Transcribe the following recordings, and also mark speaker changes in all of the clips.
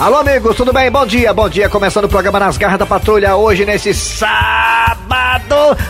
Speaker 1: Alô, amigos, tudo bem? Bom dia, bom dia. Começando o programa Nas Garras da Patrulha hoje, nesse sábado.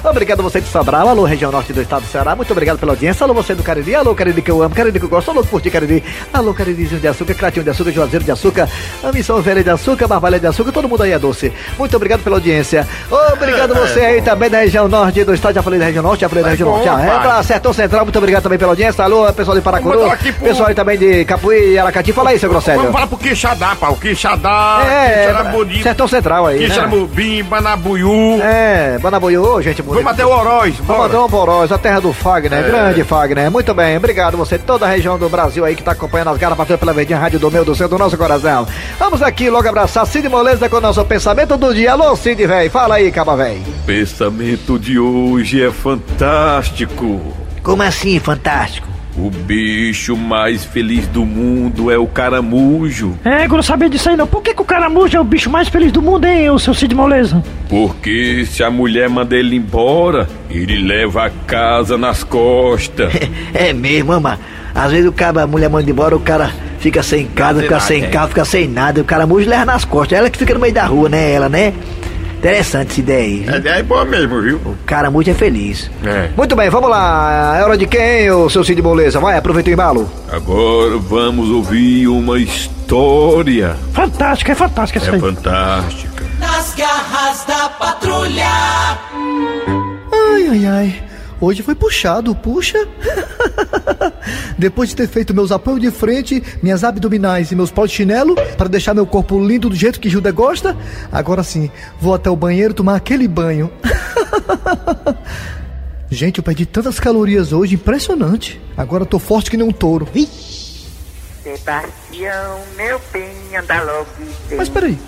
Speaker 1: Obrigado você de Sobral, alô, região norte do estado do Ceará. Muito obrigado pela audiência. Alô, você do Cariri, alô, Cariri que eu amo, Cariri que eu gosto, alô, curti Cariri. Alô, Caririzinho de Açúcar, Cratinho de Açúcar, Juazeiro de Açúcar, Missão Velha de Açúcar, Barbalha de Açúcar, todo mundo aí é doce. Muito obrigado pela audiência.
Speaker 2: É,
Speaker 1: Obrigado você aí também da região norte do estado. Já falei da região norte, já falei da região norte. Ah, é pra Sertão Central, muito obrigado também pela audiência. Alô, pessoal de Paracuru,
Speaker 2: Mandou aqui pro-
Speaker 1: pessoal aí também de Capuí e Aracati. Fala aí, seu Grosselho.
Speaker 2: Vamos falar pro Quixadá, pá. O Quixadá,
Speaker 1: É, é,
Speaker 2: Quixaraburi,
Speaker 1: Sertão Central aí, né?
Speaker 2: Quixarabubim, Banabuiú.
Speaker 1: É, Banabuiú, gente
Speaker 2: Vamos
Speaker 1: bonita.
Speaker 2: até o Oroz, bora.
Speaker 1: Comandão Boroz, a terra do Fagner,
Speaker 2: É.
Speaker 1: grande Fagner. Muito bem, obrigado você, toda a região do Brasil aí que tá acompanhando as garras batendo pela verdinha, rádio do meu, do seu, do nosso coração. Vamos aqui logo abraçar Cid Moleza com o nosso pensamento do dia. Alô, Cid, véi, fala aí, caba, véi.
Speaker 3: Pensamento de hoje é fantástico.
Speaker 1: Como assim, fantástico?
Speaker 3: O bicho mais feliz do mundo é o caramujo,
Speaker 4: É, eu não sabia disso aí não. Por que, que o caramujo é o bicho mais feliz do mundo, hein, o seu Cid Moleza?
Speaker 3: porque se a mulher manda ele embora, ele leva a casa nas costas.
Speaker 1: É mesmo, ama. Às vezes o cara, a mulher manda embora, o cara fica sem casa, fica
Speaker 5: é.
Speaker 1: sem carro, fica sem nada, o cara muge leva nas costas. Ela que fica no meio da rua, né? Ela, né? Interessante essa ideia aí.
Speaker 2: É, é boa mesmo, viu?
Speaker 1: Cara, muito é feliz.
Speaker 2: É.
Speaker 1: Muito bem, vamos lá. É hora de quem, o seu Cid Moleza? Vai, aproveita o embalo.
Speaker 3: Agora vamos ouvir uma história.
Speaker 4: Fantástico, é fantástico isso
Speaker 3: É
Speaker 4: aí.
Speaker 3: fantástica.
Speaker 6: Nas garras da patrulha.
Speaker 7: Ai, ai, ai. Hoje foi puxado, puxa. Depois de ter feito meus apoios de frente, minhas abdominais e meus paus de chinelo, para deixar meu corpo lindo do jeito que Gilda gosta, agora sim, vou até o banheiro tomar aquele banho. Gente, eu perdi tantas calorias hoje, impressionante. Agora eu tô forte que nem um touro. Ih,
Speaker 8: Sebastião, meu bem, anda logo e vem.
Speaker 7: mas peraí,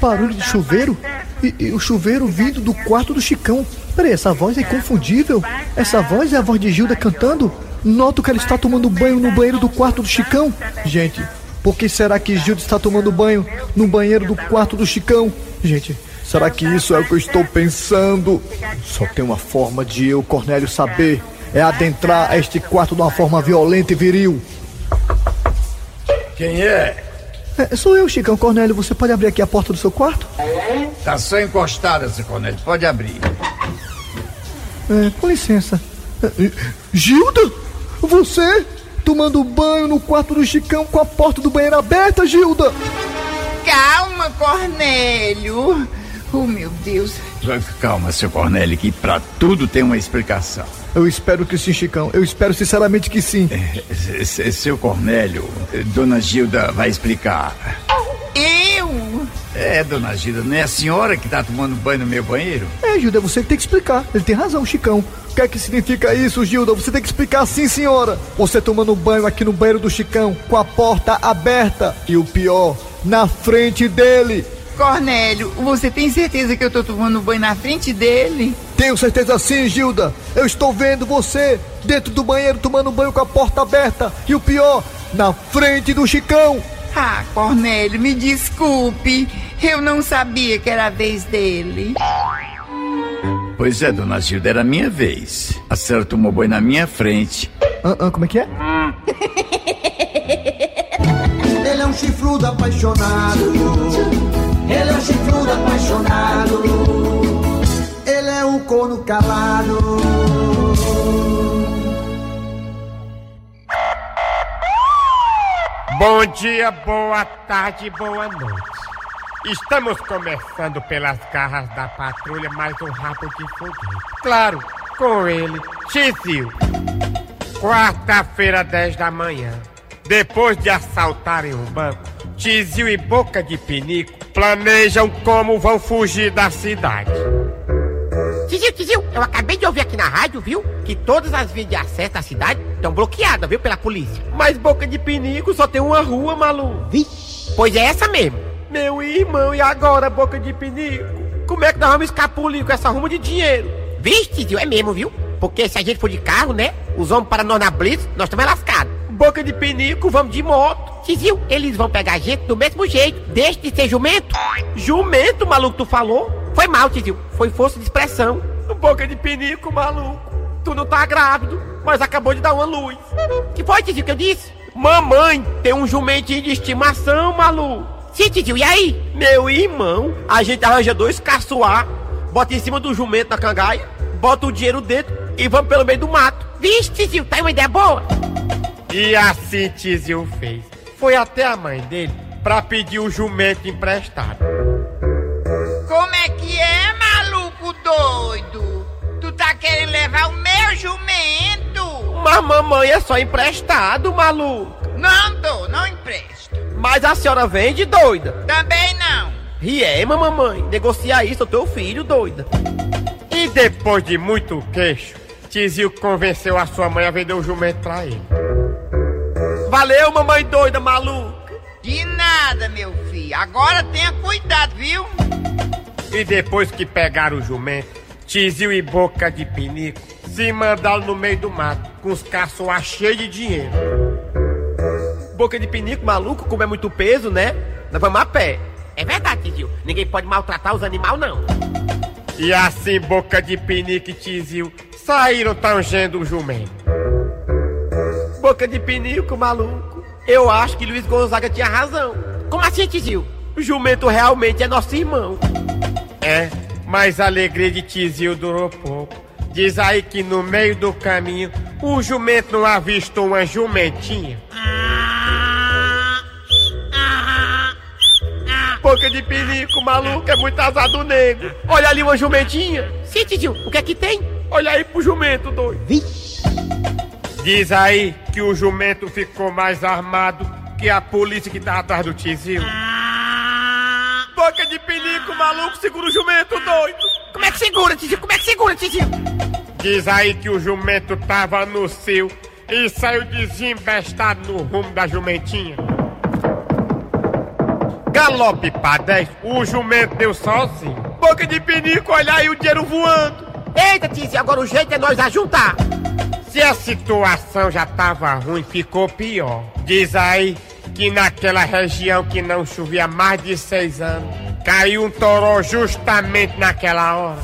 Speaker 7: barulho de chuveiro? E, e o chuveiro vindo do quarto do Chicão. Peraí, essa voz é inconfundível. Essa voz é a voz de Gilda cantando? Noto que ela está tomando banho no banheiro do quarto do Chicão. Gente, por que será que Gilda está tomando banho no banheiro do quarto do Chicão? Gente, será que isso é o que eu estou pensando? Só tem uma forma de eu, Cornélio, saber. É adentrar a este quarto de uma forma violenta e viril.
Speaker 2: Quem é?
Speaker 7: É, sou eu, Chicão Cornélio. Você pode abrir aqui a porta do seu quarto?
Speaker 2: Tá só encostada,
Speaker 9: assim.
Speaker 2: seu Cornélio. Pode abrir.
Speaker 7: É, com licença. É, é, Gilda? Você? Tomando banho no quarto do Chicão com a porta do banheiro aberta, Gilda?
Speaker 10: Calma, Cornélio. Oh, meu Deus.
Speaker 2: Calma, seu Cornélio, que pra tudo tem uma explicação.
Speaker 7: Eu espero que sim, Chicão. Eu espero sinceramente que sim.
Speaker 2: Se- se- Seu Cornélio, dona Gilda vai explicar.
Speaker 10: Eu?
Speaker 2: É, dona Gilda, não é a senhora que tá tomando banho no meu banheiro?
Speaker 7: É, Gilda, é você que tem que explicar. Ele tem razão, Chicão. O que é que significa isso, Gilda? Você tem que explicar sim, senhora. Você tomando banho aqui no banheiro do Chicão com a porta aberta. E o pior, na frente dele.
Speaker 10: Cornélio, você tem certeza que eu tô tomando banho na frente dele?
Speaker 7: Tenho certeza sim, Gilda. Eu estou vendo você dentro do banheiro tomando banho com a porta aberta. E o pior, na frente do Chicão.
Speaker 10: Ah, Cornélio, me desculpe. Eu não sabia que era a vez dele.
Speaker 2: Pois é, dona Gilda, era a minha vez. A senhora tomou banho na minha frente.
Speaker 7: Ah, ah, como é que é?
Speaker 11: Ele é um chifrudo apaixonado. Ele é um chifrudo apaixonado. Ele é um corno calado.
Speaker 5: Bom dia, boa tarde, boa noite. Estamos começando pelas garras da patrulha mais um rabo de foguete. Claro, com ele, Tizil. Quarta-feira, 10 da manhã. Depois de assaltarem o banco, Tizil e Boca de Pinico planejam como vão fugir da cidade.
Speaker 8: Tizil, Tizil, eu acabei de ouvir aqui na rádio, viu? Que todas as vias de acesso à cidade estão bloqueadas, viu, pela polícia.
Speaker 5: Mas Boca de Pinico só tem uma rua, maluco.
Speaker 8: Pois é essa mesmo.
Speaker 5: Meu irmão, e agora, boca de pinico? Como é que nós vamos escapulir com essa ruma de dinheiro?
Speaker 8: Vixe, Tizil, é mesmo, viu? Porque se a gente for de carro, né? Os homens para nós na Blitz, nós estamos lascados.
Speaker 5: Boca de pinico, vamos de moto.
Speaker 8: Tizil, eles vão pegar a gente do mesmo jeito, desde de ser jumento.
Speaker 5: Jumento, maluco, tu falou?
Speaker 8: Foi mal, Tizil. Foi força de expressão.
Speaker 5: Boca de pinico, maluco. Tu não tá grávido, mas acabou de dar uma luz.
Speaker 8: Que foi, Tizil, que eu disse?
Speaker 5: Mamãe tem um jumentinho de estimação, maluco.
Speaker 12: Sim, tio, e aí?
Speaker 13: Meu irmão, a gente arranja dois caçoar, bota em cima do jumento na cangaia, bota o dinheiro dentro e vamos pelo meio do mato.
Speaker 12: Vixe, tio, tá uma ideia boa.
Speaker 5: E assim Tizil fez. Foi até a mãe dele pra pedir o jumento emprestado.
Speaker 10: Como é que é, maluco doido? Tu tá querendo levar o meu jumento?
Speaker 13: Mas mamãe é só emprestado, maluco.
Speaker 10: Não dou, não empresto.
Speaker 13: Mas a senhora vende, doida.
Speaker 10: Também não.
Speaker 13: Riema, mamãe. Negocia isso, eu teu filho, doida.
Speaker 5: E depois de muito queixo, Tizil convenceu a sua mãe a vender o jumento pra ele.
Speaker 13: Valeu, mamãe doida, maluco.
Speaker 10: De nada, meu filho. Agora tenha cuidado, viu?
Speaker 5: E depois que pegaram o jumento, Tizil e Boca de Pinico se mandaram no meio do mato, com os caçoar cheios de dinheiro.
Speaker 13: Boca de pinico, maluco, como é muito peso, né? Nós vamos a pé.
Speaker 12: É verdade, tio. Ninguém pode maltratar os animais, não.
Speaker 5: E assim Boca de Pinico e Tizil saíram tangendo o jumento.
Speaker 13: Boca de pinico, maluco. Eu acho que Luiz Gonzaga tinha razão.
Speaker 12: Como assim, tio?
Speaker 13: O jumento realmente é nosso irmão.
Speaker 5: É, mas a alegria de Tizil durou pouco. Diz aí que no meio do caminho, o jumento não avistou uma jumentinha.
Speaker 13: Boca de pinico, maluco, é muito azar do negro. Olha ali uma jumentinha.
Speaker 12: Sim, tio, o que é que tem?
Speaker 13: Olha aí pro jumento, doido.
Speaker 5: Diz aí que o jumento ficou mais armado que a polícia que tá atrás do Tizil.
Speaker 13: Boca de pinico, maluco, segura o jumento, doido.
Speaker 12: Como é que segura, tio? Como é que segura, tio?
Speaker 5: Diz aí que o jumento tava no cio e saiu desinvestado no rumo da jumentinha. Galope pra 10, o jumento deu sozinho.
Speaker 13: Boca de pinico, olha aí o dinheiro voando.
Speaker 12: Eita, tio, agora o jeito é nós ajuntar.
Speaker 5: Se a situação já tava ruim, ficou pior. Diz aí que naquela região que não chovia há mais de seis anos, caiu um toró justamente naquela hora.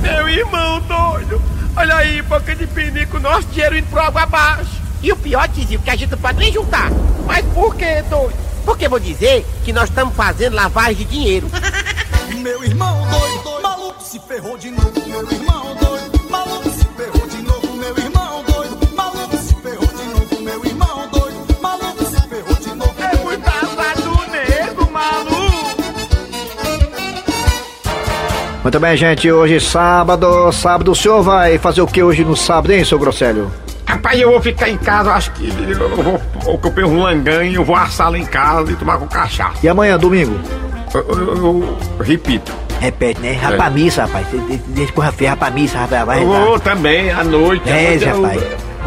Speaker 13: Meu irmão doido, olha aí, boca de pinico, nosso dinheiro indo pro água abaixo.
Speaker 12: E o pior, tio, que a gente não pode nem juntar.
Speaker 13: Mas por que, doido?
Speaker 12: Porque vou dizer que nós estamos fazendo lavagem de dinheiro.
Speaker 6: Meu irmão doido, doido, maluco se ferrou de novo. Meu irmão doido, maluco se ferrou de novo. Meu irmão doido, maluco se ferrou de novo. Meu irmão doido, maluco se ferrou de novo.
Speaker 13: É muito azar do negro, maluco.
Speaker 1: Muito bem, gente. Hoje é sábado. Sábado o senhor vai fazer o que hoje no sábado, hein, seu Grosselho?
Speaker 5: Rapaz, eu vou ficar em casa, eu acho que eu vou, eu pego um langão e eu vou assar lá em casa e tomar com cachaça.
Speaker 1: E amanhã, domingo?
Speaker 5: Eu, eu- eu- eu repito.
Speaker 4: Repete, né?
Speaker 5: É.
Speaker 4: Rapaz, pra missa, rapaz. De- de- Deixa porra feia, rapaz, missa, rapaz. Vai,
Speaker 5: Eu
Speaker 4: rezar.
Speaker 5: vou É. também à noite. à
Speaker 4: Reze,
Speaker 5: noite eu-
Speaker 4: rapaz.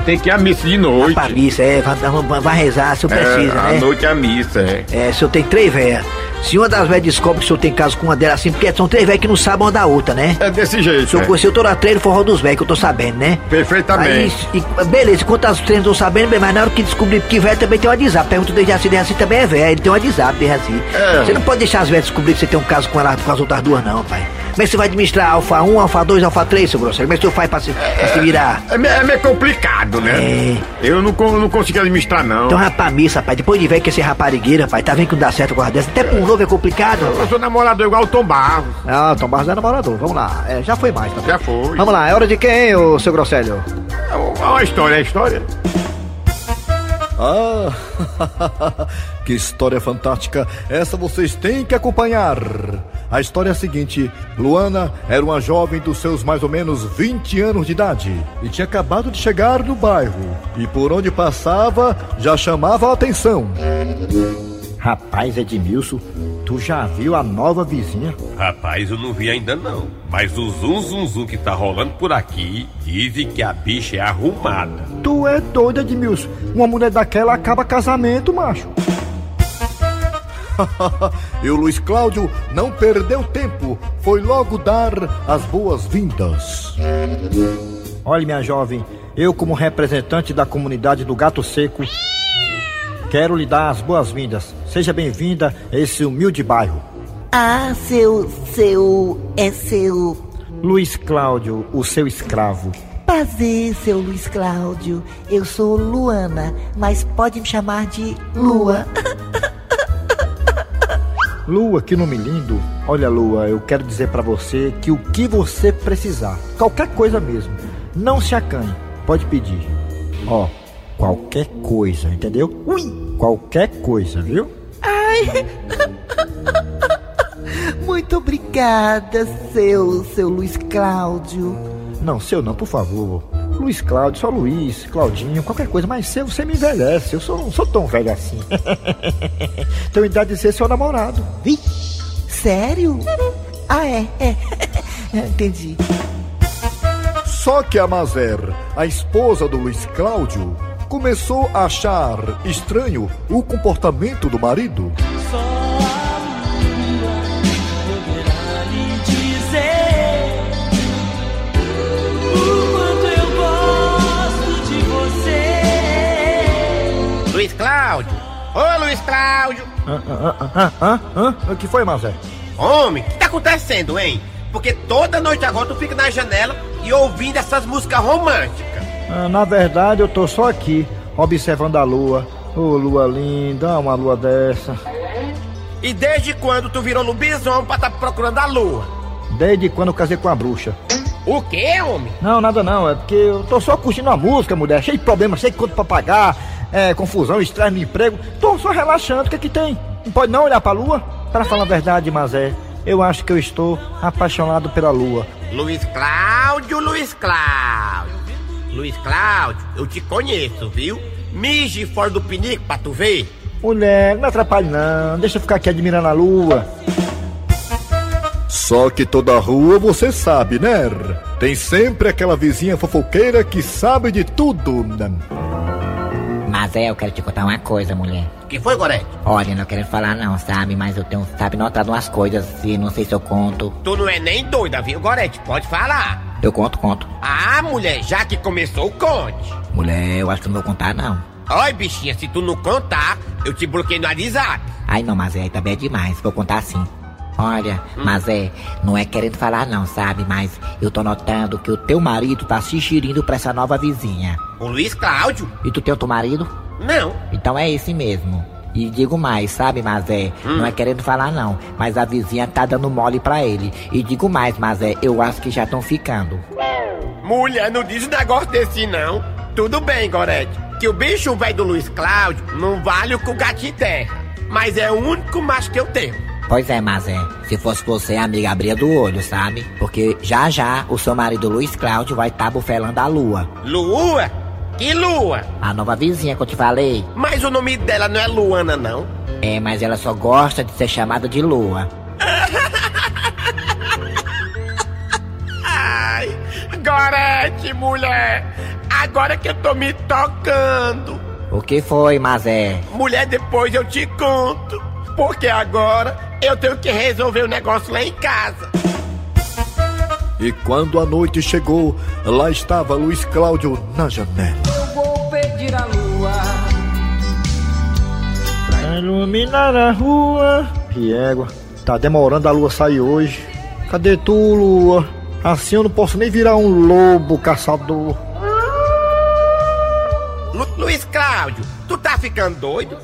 Speaker 5: Tem que ir à missa de noite.
Speaker 4: Pra missa, é. Vai, vai- vai rezar, se eu
Speaker 5: É,
Speaker 4: precisa,
Speaker 5: à
Speaker 4: né?
Speaker 5: noite é a missa, é.
Speaker 4: É, o senhor tem três velhas. Se uma das velhas descobre que o senhor tem caso com uma delas assim, porque são três velhas que não sabem uma da outra, né?
Speaker 5: É desse jeito.
Speaker 4: O senhor
Speaker 5: é.
Speaker 4: conheceu toda a três do forró dos velhos, que eu tô sabendo, né?
Speaker 5: Perfeitamente.
Speaker 4: Aí, e- beleza, quanto as três não tô sabendo, bem, mas na hora que descobrir que velho também tem um WhatsApp. Pergunta desde assim, desde assim também é velho, ele tem um WhatsApp, desde assim.
Speaker 5: É.
Speaker 4: Você não pode deixar as velhas descobrir que você tem um caso com, ela, com as outras duas, não, pai. Como é que você vai administrar um, alfa 1, alfa 2, alfa 3, seu grosseiro? Como é que o senhor faz pra se, pra se virar?
Speaker 5: É, me- é meio complicado,
Speaker 4: É.
Speaker 5: né? Eu não, con- não consigo administrar, não.
Speaker 4: Então rapaz, missa, pai. Depois de ver que esse raparigueira, pai, tá vendo que não dá certo com a dessa. Até pra um novo é complicado, rapaz.
Speaker 5: Eu sou namorador igual o Tom Barros.
Speaker 1: Ah, Tom Barros é namorador. Vamos lá. É, já foi mais também.
Speaker 5: Já foi.
Speaker 1: Vamos lá. É hora de quem, ô, seu Grosselho?
Speaker 5: É uma história, é história.
Speaker 7: Ah, que história fantástica! Essa vocês têm que acompanhar. A história é a seguinte: Luana era uma jovem dos seus mais ou menos 20 anos de idade e tinha acabado de chegar no bairro. E por onde passava já chamava a atenção.
Speaker 14: Rapaz, Edmilson, tu já viu a nova vizinha?
Speaker 3: Rapaz, eu não vi ainda não. Mas o zum zum zum que tá rolando por aqui dizem que a bicha é arrumada.
Speaker 14: Tu é doido, Edmilson. Uma mulher daquela acaba casamento, macho.
Speaker 7: e o Luiz Cláudio não perdeu tempo, foi logo dar as boas-vindas.
Speaker 14: Olha, minha jovem, eu como representante da comunidade do Gato Seco, quero lhe dar as boas-vindas. Seja bem-vinda a esse humilde bairro.
Speaker 15: Ah, seu. seu. é seu.
Speaker 14: Luiz Cláudio, o seu escravo.
Speaker 16: Prazer, seu Luiz Cláudio. Eu sou Luana, mas pode me chamar de Lua.
Speaker 14: Lua, que nome lindo. Olha, Lua, eu quero dizer pra você que o que você precisar, qualquer coisa mesmo, não se acanhe, pode pedir. Ó, qualquer coisa, entendeu? Ui! Qualquer coisa, viu?
Speaker 16: Ai! Muito obrigada, seu, seu Luiz Cláudio.
Speaker 14: Não, seu não, por favor. Luiz Cláudio, só Luiz, Claudinho, qualquer coisa, mas seu, você me envelhece. Eu sou, não sou tão velho assim. Tenho idade de ser seu namorado.
Speaker 16: Vi? Sério? Ah, é, é. Entendi.
Speaker 7: Só que a Mazer, a esposa do Luiz Cláudio, começou a achar estranho o comportamento do marido.
Speaker 6: Só a lua poderá lhe dizer o quanto eu gosto de você.
Speaker 17: Luiz Cláudio! Ô, Luiz Cláudio!
Speaker 14: Hã, hã, hã, hã, hã, hã? O que foi, Mazé?
Speaker 5: Homem, o que tá acontecendo, hein? Porque toda noite agora tu fica na janela e ouvindo essas músicas românticas.
Speaker 14: Ah, na verdade, eu tô só aqui, observando a lua. Ô, lua linda, uma lua dessa.
Speaker 5: E desde quando tu virou lobisomem pra tá procurando a lua?
Speaker 14: Desde quando eu casei com a bruxa.
Speaker 5: O quê, homem?
Speaker 14: Não, nada não, é porque eu tô só curtindo a música, mulher. Cheio de problema, cheio de conta pra pagar, é, confusão, estresse no emprego. Tô só relaxando, o que é que tem? Não pode não olhar pra lua? Pra falar a verdade, Mazé, eu acho que eu estou apaixonado pela lua.
Speaker 5: Luiz Cláudio, Luiz Cláudio. Luiz Cláudio, eu te conheço, viu? Mije fora do pinico pra tu ver.
Speaker 14: Mulher, não atrapalhe não, deixa eu ficar aqui admirando a lua.
Speaker 7: Só que toda rua você sabe, né? Tem sempre aquela vizinha fofoqueira que sabe de tudo. né?
Speaker 18: Mas é, eu quero te contar uma coisa, mulher.
Speaker 5: O que foi, Gorete?
Speaker 18: Olha, não quero falar não, sabe? Mas eu tenho, sabe, notado umas coisas e não sei se eu conto.
Speaker 5: Tu não é nem doida, viu, Gorete? Pode falar.
Speaker 18: Eu conto, conto.
Speaker 5: Ah, mulher, já que começou, conte.
Speaker 18: Mulher, eu acho que não vou contar não.
Speaker 5: Oi, bichinha, se tu não contar, eu te bloqueio no WhatsApp.
Speaker 18: Ai não, mas é, também é demais, vou contar sim. Olha,
Speaker 5: Hum.
Speaker 18: mas é, não é querendo falar não, sabe? Mas eu tô notando que o teu marido tá se xirindo pra essa nova vizinha.
Speaker 5: O Luiz Cláudio?
Speaker 18: E tu tem outro marido?
Speaker 5: Não.
Speaker 18: Então é esse mesmo. E digo mais, sabe, Mazé?
Speaker 5: Hum.
Speaker 18: Não é querendo falar não, mas a vizinha tá dando mole pra ele. E digo mais, Mazé, eu acho que já estão ficando.
Speaker 5: Mulher, não diz um negócio desse não. Tudo bem, Gorete, que o bicho velho do Luiz Cláudio não vale o que o gatinho terra. Mas é o único macho que eu tenho.
Speaker 18: Pois é, Mazé, se fosse você, amiga, abria do olho, sabe? Porque já já o seu marido Luiz Cláudio vai tá bufelando a lua.
Speaker 5: Lua? Que lua?
Speaker 18: A nova vizinha que eu te falei.
Speaker 5: Mas o nome dela não é Luana, não.
Speaker 18: É, mas ela só gosta de ser chamada de lua.
Speaker 5: Ai, Gorete, mulher, agora que eu tô me tocando.
Speaker 18: O que foi, Mazé?
Speaker 5: Mulher, depois eu te conto. Porque agora eu tenho que resolver o negócio lá em casa.
Speaker 7: E quando a noite chegou, lá estava Luiz Cláudio na janela.
Speaker 6: Eu vou pedir a lua.
Speaker 14: Pra iluminar a rua. Que égua, tá demorando a lua sair hoje. Cadê tu, lua? Assim eu não posso nem virar um lobo caçador.
Speaker 5: Lu Luiz Cláudio, tu tá ficando doido?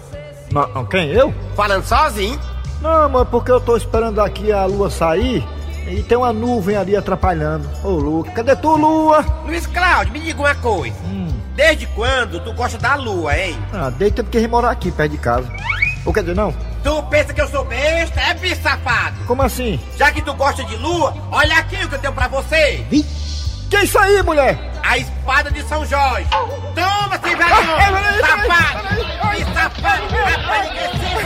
Speaker 14: Não, não, quem? Eu?
Speaker 5: Falando sozinho?
Speaker 14: Não, mas porque eu tô esperando aqui a lua sair e tem uma nuvem ali atrapalhando. Ô, lua, cadê tu, lua?
Speaker 5: Luiz Cláudio, me diga uma coisa.
Speaker 14: Hum.
Speaker 5: Desde quando tu gosta da lua, hein?
Speaker 14: Ah, desde tempo que eu vim morar aqui, perto de casa. Ou quer dizer, não?
Speaker 5: Tu pensa que eu sou besta, é bicho safado.
Speaker 14: Como assim?
Speaker 5: Já que tu gosta de lua, olha aqui o que eu tenho pra você.
Speaker 14: Que é isso aí, mulher?
Speaker 5: A espada de São Jorge. Toma, sem
Speaker 14: Ah, é,
Speaker 5: vergonha. Safado. E safado. Rapaz, que sem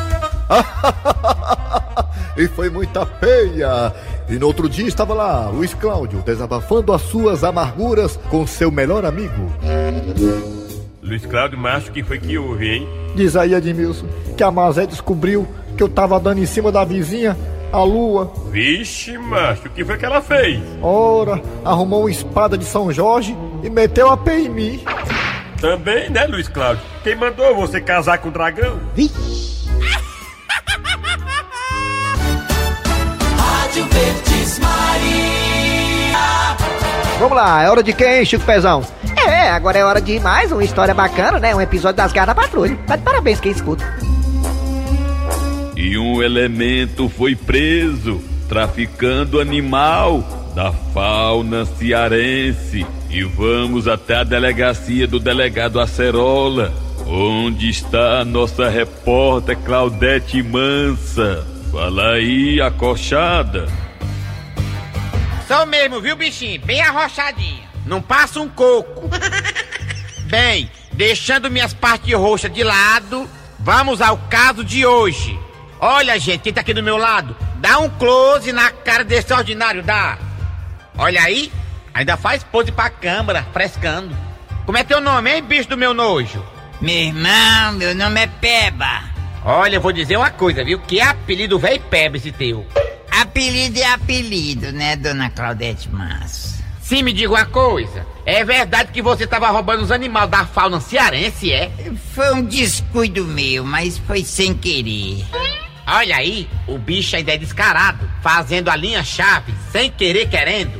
Speaker 5: vergonha.
Speaker 14: Ah,
Speaker 7: E foi muita peia. E no outro dia estava lá Luiz Cláudio desabafando as suas amarguras com seu melhor amigo.
Speaker 19: Luiz Cláudio Macho, que foi que houve, hein?
Speaker 14: Diz aí, Edmilson, que a Mazé descobriu que eu tava dando em cima da vizinha, a lua.
Speaker 19: Vixe, macho, o que foi que ela fez?
Speaker 14: Ora, arrumou uma espada de São Jorge e meteu a pé em mim.
Speaker 19: Também, né, Luiz Cláudio? Quem mandou você casar com o dragão?
Speaker 20: Rádio Verdes Maria.
Speaker 14: Vamos lá, é hora de quem, Chico Pezão?
Speaker 21: É, agora é hora de mais uma história bacana, né? Um episódio das Garras da Patrulha. Tá de parabéns quem escuta.
Speaker 3: E um elemento foi preso traficando animal da fauna cearense. E vamos até a delegacia do delegado Acerola, onde está a nossa repórter Claudete Mansa. Fala aí, acochada.
Speaker 5: Sou mesmo, viu, bichinho? Bem arrochadinha. Não passa um coco. Bem, deixando minhas partes roxas de lado, vamos ao caso de hoje. Olha, gente, quem tá aqui do meu lado, dá um close na cara desse ordinário, dá. Olha aí, ainda faz pose pra câmara, frescando. Como é teu nome, hein, bicho do meu nojo?
Speaker 8: Meu irmão, meu nome é Peba.
Speaker 5: Olha, eu vou dizer uma coisa, viu? Que apelido velho Peba esse teu.
Speaker 8: Apelido é apelido, né, dona Claudete Mas?
Speaker 5: Se me diga uma coisa, é verdade que você tava roubando os animais da fauna cearense, é?
Speaker 8: Foi um descuido meu, mas foi sem querer.
Speaker 5: Olha aí, o bicho ainda é descarado, fazendo a linha-chave, sem querer querendo.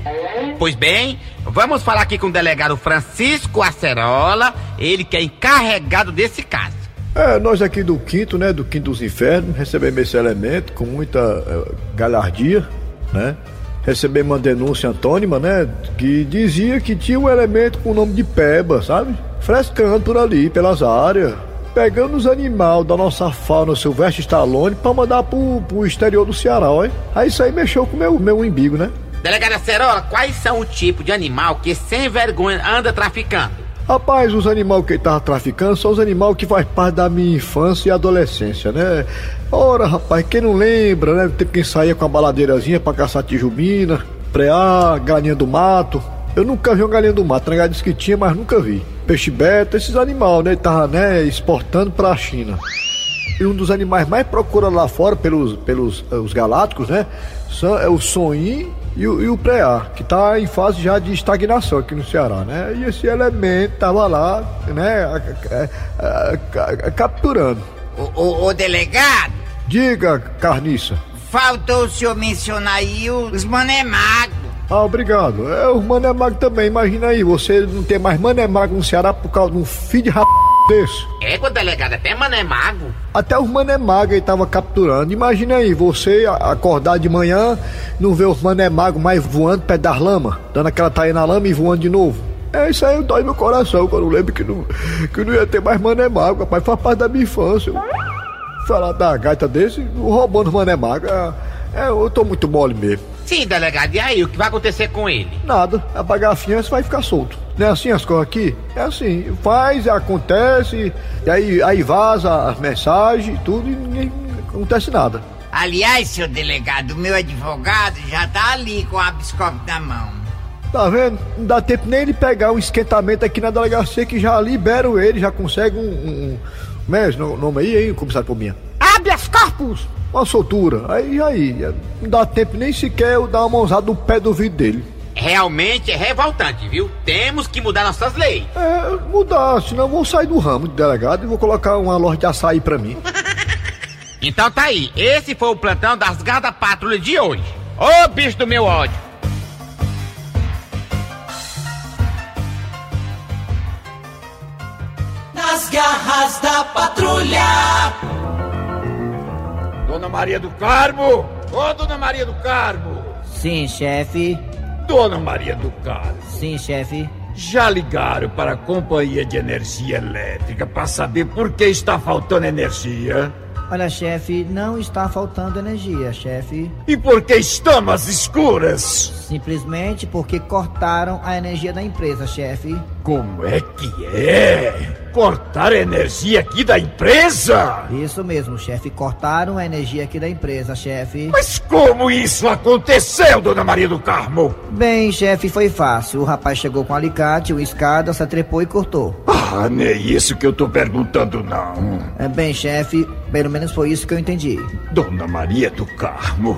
Speaker 5: Pois bem, vamos falar aqui com o delegado Francisco Acerola, ele que é encarregado desse caso.
Speaker 7: É, nós aqui do Quinto, né, do Quinto dos Infernos, recebemos esse elemento com muita eh, galardia, né? Recebemos uma denúncia antônima, né, que dizia que tinha um elemento com o nome de Peba, sabe? Frescando por ali, pelas áreas, pegando os animais da nossa fauna Silvestre Stallone pra mandar pro, pro exterior do Ceará, ó. Aí isso aí mexeu com o meu, meu umbigo, né?
Speaker 5: Delegado Acerola, quais são o tipo de animal que sem vergonha anda traficando?
Speaker 7: Rapaz, os animais que ele tava traficando são os animais que faz parte da minha infância e adolescência, né? Ora, rapaz, quem não lembra, né? Teve quem saía com a baladeirazinha pra caçar tijubina, preá, galinha do mato. Eu nunca vi uma galinha do mato, né? Disse que tinha, mas nunca vi. Peixe beta, esses animais, né? Ele tava, né, exportando pra China. E um dos animais mais procurados lá fora pelos, pelos eh, os galácticos, né? São, é o sonim e o, e o preá, que tá em fase já de estagnação aqui no Ceará, né? E esse elemento tava lá, né? a- a- a- a- capturando.
Speaker 8: Ô, ô, ô, delegado,
Speaker 7: Diga, carniça.
Speaker 8: faltou o senhor mencionar aí os mané magro.
Speaker 7: Ah, obrigado. É, os Mané Magro também, imagina aí, você não ter mais Mané Magro no Ceará por causa de um filho de rap desse.
Speaker 5: Égua, É delegado, até mano é mago.
Speaker 7: Até os Mané Magro ele tava capturando. Imagina aí, você a- acordar de manhã, não ver os Mané Magro mais voando, pé das lama, dando aquela taia na lama e voando de novo. É isso aí, dói meu coração, quando eu lembro que não, que não ia ter mais Mané Magro, rapaz, faz parte da minha infância. Falar da gaita desse, roubando os Mané Magro, é- é, eu tô muito mole mesmo.
Speaker 5: Sim, delegado, e aí, o que vai acontecer com ele?
Speaker 7: Nada, é pagar a fiança vai ficar solto. Não é assim as coisas aqui? É assim, faz, acontece, e aí, aí vaza as mensagens, tudo, e ninguém acontece nada.
Speaker 8: Aliás, senhor delegado, o meu advogado já tá ali com o abscope na mão.
Speaker 7: Tá vendo? Não dá tempo nem de pegar um esquentamento aqui na delegacia que já liberam ele, já consegue um. um, um como é esse no- nome aí, hein, comissário Pombinha?
Speaker 22: Habeas corpus!
Speaker 7: Uma soltura. Aí, aí, É, não dá tempo nem sequer eu dar uma mãozada no pé do vidro dele.
Speaker 5: Realmente é revoltante, viu? Temos que mudar nossas leis.
Speaker 7: É, mudar, senão eu vou sair do ramo de delegado e vou colocar uma loja de açaí pra mim.
Speaker 5: Então tá aí, esse foi o plantão das garras da patrulha de hoje. Ô bicho do meu ódio!
Speaker 6: Nas garras da patrulha.
Speaker 9: Dona Maria do Carmo! Ô, Dona Maria do Carmo!
Speaker 23: Sim, chefe.
Speaker 9: Dona Maria do Carmo,
Speaker 23: Sim, chefe.
Speaker 9: já ligaram para a Companhia de Energia Elétrica para saber por que está faltando energia?
Speaker 23: Olha, chefe, não está faltando energia, chefe.
Speaker 9: E por que estamos às escuras?
Speaker 23: Simplesmente porque cortaram a energia da empresa, chefe.
Speaker 9: Como é que é? Cortar a energia aqui da empresa?
Speaker 23: Isso mesmo, chefe. Cortaram a energia aqui da empresa, chefe.
Speaker 9: Mas como isso aconteceu, Dona Maria do Carmo?
Speaker 23: Bem, chefe, foi fácil. O rapaz chegou com um alicate, uma escada, se atrepou e cortou.
Speaker 9: Ah, não é isso que eu tô perguntando, não.
Speaker 23: É, Bem, chefe, pelo menos foi isso que eu entendi.
Speaker 9: Dona Maria do Carmo,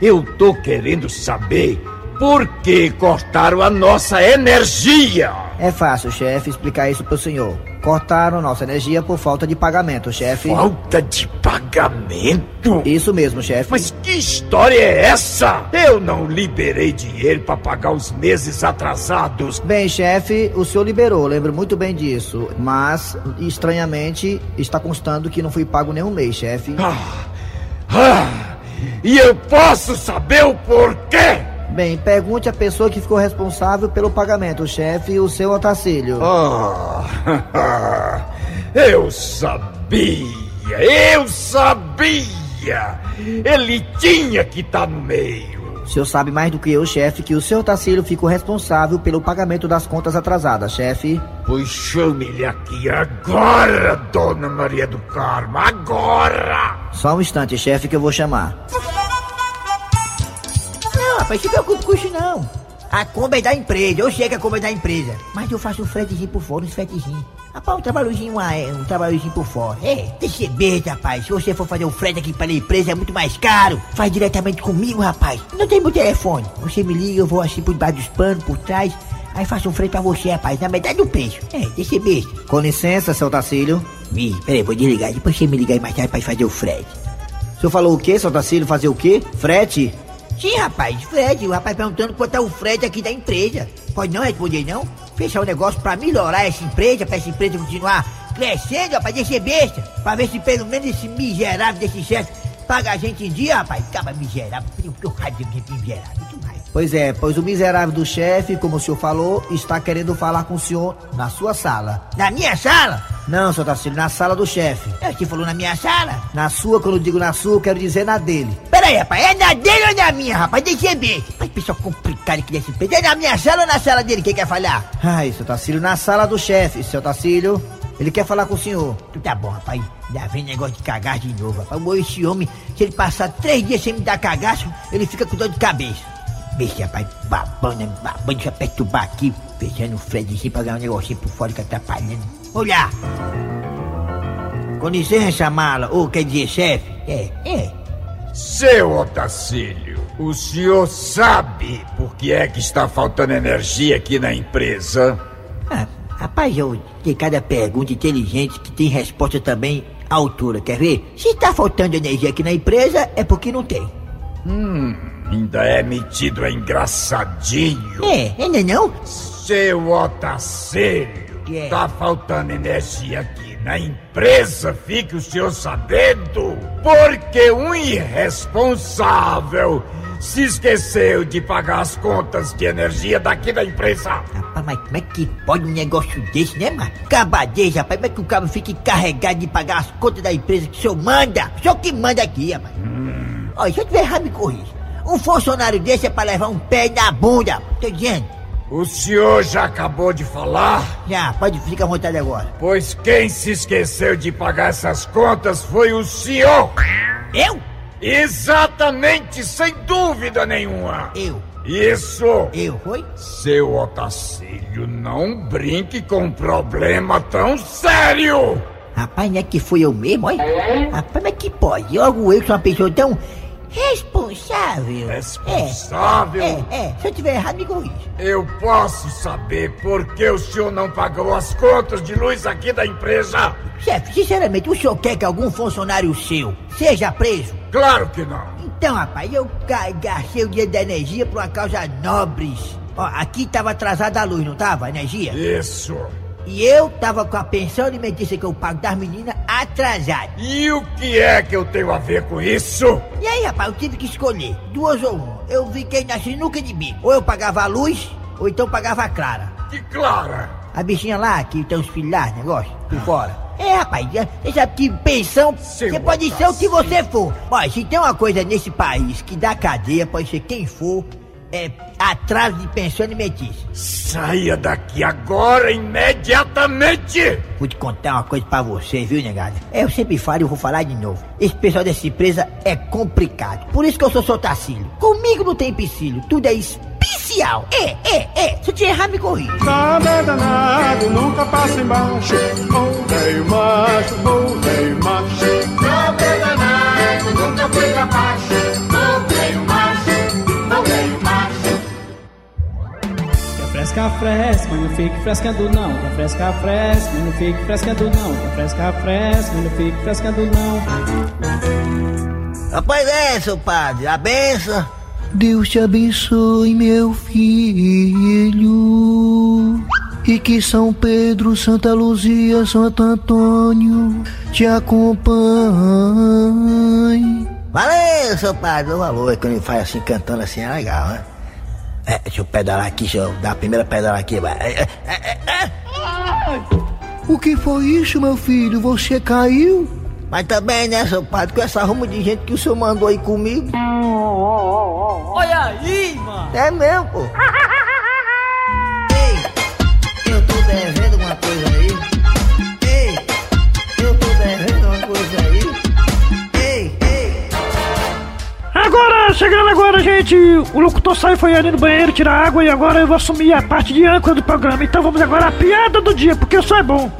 Speaker 9: eu tô querendo saber por que cortaram a nossa energia.
Speaker 23: É fácil, chefe, explicar isso pro senhor. Cortaram nossa energia por falta de pagamento, chefe.
Speaker 9: Falta de pagamento?
Speaker 23: Isso mesmo, chefe.
Speaker 9: Mas que história é essa? Eu não liberei dinheiro para pagar os meses atrasados.
Speaker 23: Bem, chefe, o senhor liberou, lembro muito bem disso. Mas, estranhamente, está constando que não foi pago nenhum mês, chefe.
Speaker 9: Ah, ah, e eu posso saber o porquê?
Speaker 23: Bem, pergunte à pessoa que ficou responsável pelo pagamento, chefe, o seu Otacílio.
Speaker 9: Ah, eu sabia, eu sabia! Ele tinha que estar no meio.
Speaker 23: O senhor sabe mais do que eu, chefe, que o seu Otacílio ficou responsável pelo pagamento das contas atrasadas, chefe.
Speaker 9: Pois chame-lhe aqui agora, dona Maria do Carmo, agora!
Speaker 23: Só um instante, chefe, que eu vou chamar.
Speaker 16: Não, rapaz, se preocupe com isso não. A Kombi é da empresa, eu sei que a Kombi é da empresa. Mas eu faço um fretezinho por fora, uns fretezinhos. Rapaz, um trabalhozinho, ah, é, um trabalhozinho por fora. É, deixa beijo, rapaz. Se você for fazer um frete aqui pela empresa, é muito mais caro. Faz diretamente comigo, rapaz. Não tem meu telefone. Você me liga, eu vou assim por debaixo dos panos, por trás. Aí faço um frete pra você, rapaz, na metade do preço. É, deixa beijo.
Speaker 23: Com licença, seu Tacílio.
Speaker 16: Ih, peraí, vou desligar. Depois você me liga aí mais tarde pra fazer o frete.
Speaker 23: O senhor falou o quê, seu Tacílio? Fazer o quê? Frete?
Speaker 16: Sim, rapaz, Fred, o rapaz perguntando quanto é o Fred aqui da empresa. Pode não responder, não? Fechar o negócio pra melhorar essa empresa, pra essa empresa continuar crescendo, rapaz, deixa besta. Pra ver se pelo menos esse miserável desse chefe paga a gente em dia, rapaz. Acaba miserável, eu tô raiva de gente miserável, tu raiva.
Speaker 23: Pois é, pois o miserável do chefe, como o senhor falou, está querendo falar com o senhor na sua sala.
Speaker 16: Na minha sala?
Speaker 23: Não, seu Tarcílio, na sala do chefe.
Speaker 16: É, Você falou na minha sala?
Speaker 23: Na sua, quando eu digo na sua, eu quero dizer na dele.
Speaker 16: Peraí, rapaz, é na dele ou na minha, rapaz? Deixa eu ver. Mas pessoal complicado que desse peito. É na minha sala ou na sala dele? Quem quer falar?
Speaker 23: Ai, seu Tarcílio, na sala do chefe, seu Tarcílio. Ele quer falar com o senhor.
Speaker 16: Tá bom, rapaz. Já vem negócio de cagar de novo, rapaz. Bom, Esse homem, se ele passar três dias sem me dar cagaço, ele fica com dor de cabeça. Bicho, rapaz, babando, né? babando, deixa eu perturbar aqui, fechando o Fredzinho pra ganhar um negocinho por fora que atrapalhando. Olha!
Speaker 23: Com licença, mala. Ou quer dizer, chefe?
Speaker 16: É, é.
Speaker 9: Seu Otacílio, o senhor sabe por que é que está faltando energia aqui na empresa?
Speaker 16: Ah, rapaz, eu tem cada pergunta inteligente que tem resposta também à altura, quer ver? Se tá faltando energia aqui na empresa, é porque não tem.
Speaker 9: Hum, ainda é metido é engraçadinho.
Speaker 16: É, ainda não?
Speaker 9: Seu Otacílio,
Speaker 16: É.
Speaker 9: tá faltando energia aqui na empresa, fique o senhor sabendo. Porque um irresponsável se esqueceu de pagar as contas de energia daqui da empresa.
Speaker 16: Rapaz, mas como é que pode um negócio desse, né, mano? Cabadez, rapaz, como é que o cabo fica encarregado de pagar as contas da empresa que o senhor manda? O senhor que manda aqui, rapaz.
Speaker 9: Hum.
Speaker 16: Olha, se eu tiver errado, me corrija. Um funcionário desse é pra levar um pé na bunda, tá tô dizendo.
Speaker 9: O senhor já acabou de falar?
Speaker 16: Já, pode ficar à vontade agora.
Speaker 9: Pois quem se esqueceu de pagar essas contas foi o senhor!
Speaker 16: Eu?
Speaker 9: Exatamente, sem dúvida nenhuma!
Speaker 16: Eu?
Speaker 9: Isso!
Speaker 16: Eu, foi?
Speaker 9: Seu Otacílio, não brinque com um problema tão sério!
Speaker 16: Rapaz, não é que fui eu mesmo, olha?
Speaker 9: É?
Speaker 16: Rapaz, mas que pode? Logo eu que sou uma pessoa tão responsável.
Speaker 9: Responsável?
Speaker 16: É, é, é. Se eu tiver errado, me corrija.
Speaker 9: Eu posso saber por que o senhor não pagou as contas de luz aqui da empresa?
Speaker 16: Chefe, sinceramente, o senhor quer que algum funcionário seu seja preso?
Speaker 9: Claro que não!
Speaker 16: Então, rapaz, eu ga- gastei o dia da energia por uma causa nobre. Ó, aqui tava atrasada a luz, não tava? A energia?
Speaker 9: Isso!
Speaker 16: E eu tava com a pensão alimentícia que eu pago das meninas atrasada.
Speaker 9: E o que é que eu tenho a ver com isso?
Speaker 16: E aí, rapaz, eu tive que escolher duas ou uma. Eu fiquei na sinuca de bico. Ou eu pagava a luz, ou então pagava a clara.
Speaker 9: Que Clara!
Speaker 16: A bichinha lá, que tem os filhos lá, negócio, por
Speaker 9: Ah.
Speaker 16: fora. É, rapaz, já- você sabe que pensão, você pode ser o que você for. Olha, se tem uma coisa nesse país que dá cadeia, pode ser quem for, é atraso de pensão alimentícia.
Speaker 9: Saia daqui agora, imediatamente!
Speaker 16: Vou te contar uma coisa pra você, viu, negado? É, Eu sempre falo e eu vou falar de novo. Esse pessoal dessa empresa é complicado. Por isso que eu sou seu Tacílio. Comigo não tem empecilho, tudo é especial. É, é, é. Se eu te errar, me corrija.
Speaker 6: Nada é danado, nunca passa embaixo. Bom velho macho, bom velho macho. Nada danado, nunca foi pra baixo. Bom velho macho, bom velho macho.
Speaker 24: Refresca fresca, é fresca, mas não fique frescando não. Quer fresca, é fresca, mas não fique frescando não. Quer fresca, é fresca, mas não fique frescando não.
Speaker 16: Rapaz, é, seu padre, a benção.
Speaker 25: Deus te abençoe, meu filho. E que São Pedro, Santa Luzia, Santo Antônio te acompanhe.
Speaker 16: Valeu, seu padre. O valor é quando ele faz assim, cantando assim, é legal, né? É, deixa eu pedalar aqui, deixa eu dar a primeira pedalada aqui. Vai. É, é, é,
Speaker 25: O que foi isso, meu filho? Você caiu?
Speaker 16: Mas também, né, seu padre, com essa arruma de gente que o senhor mandou aí comigo.
Speaker 26: Olha aí, mano!
Speaker 16: É mesmo, pô. Ei, eu tô devendo uma coisa aí. Ei, eu tô devendo uma coisa aí. Ei, ei.
Speaker 4: Agora, chegando agora, gente, o locutor saiu, foi ali no banheiro tirar água e agora eu vou assumir a parte de âncora do programa. Então vamos agora à piada do dia, porque isso é bom.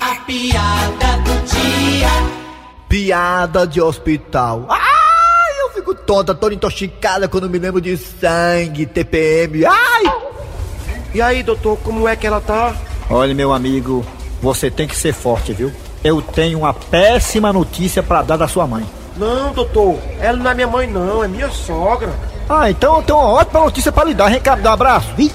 Speaker 20: A piada do dia.
Speaker 14: Piada de hospital. Ai, eu fico tonta, toda intoxicada quando me lembro de sangue, TPM. Ai!
Speaker 27: É, E aí, doutor, como é que ela tá?
Speaker 14: Olha, meu amigo, você tem que ser forte, viu? Eu tenho uma péssima notícia pra dar da sua mãe.
Speaker 27: Não, doutor, ela não é minha mãe, não, é minha sogra.
Speaker 14: Ah, então eu tenho uma ótima notícia pra lhe dar, hein, cara? Dá um abraço. Ih.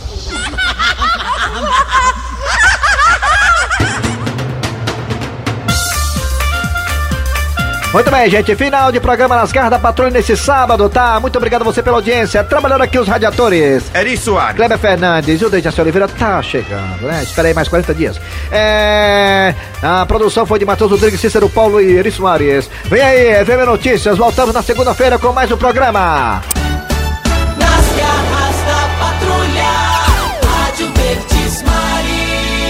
Speaker 1: Muito bem, gente. Final de programa nas garras da patrulha nesse sábado, tá? Muito obrigado a você pela audiência. Trabalhando aqui os radiadores.
Speaker 27: Eri Soares.
Speaker 1: Kleber Fernandes e o Dejaci Oliveira tá chegando, né? Espera aí mais 40 dias. É... A produção foi de Matheus Rodrigues, Cícero é Paulo e Eri Soares. Vem aí, vem notícias. Voltamos na segunda-feira com mais um programa.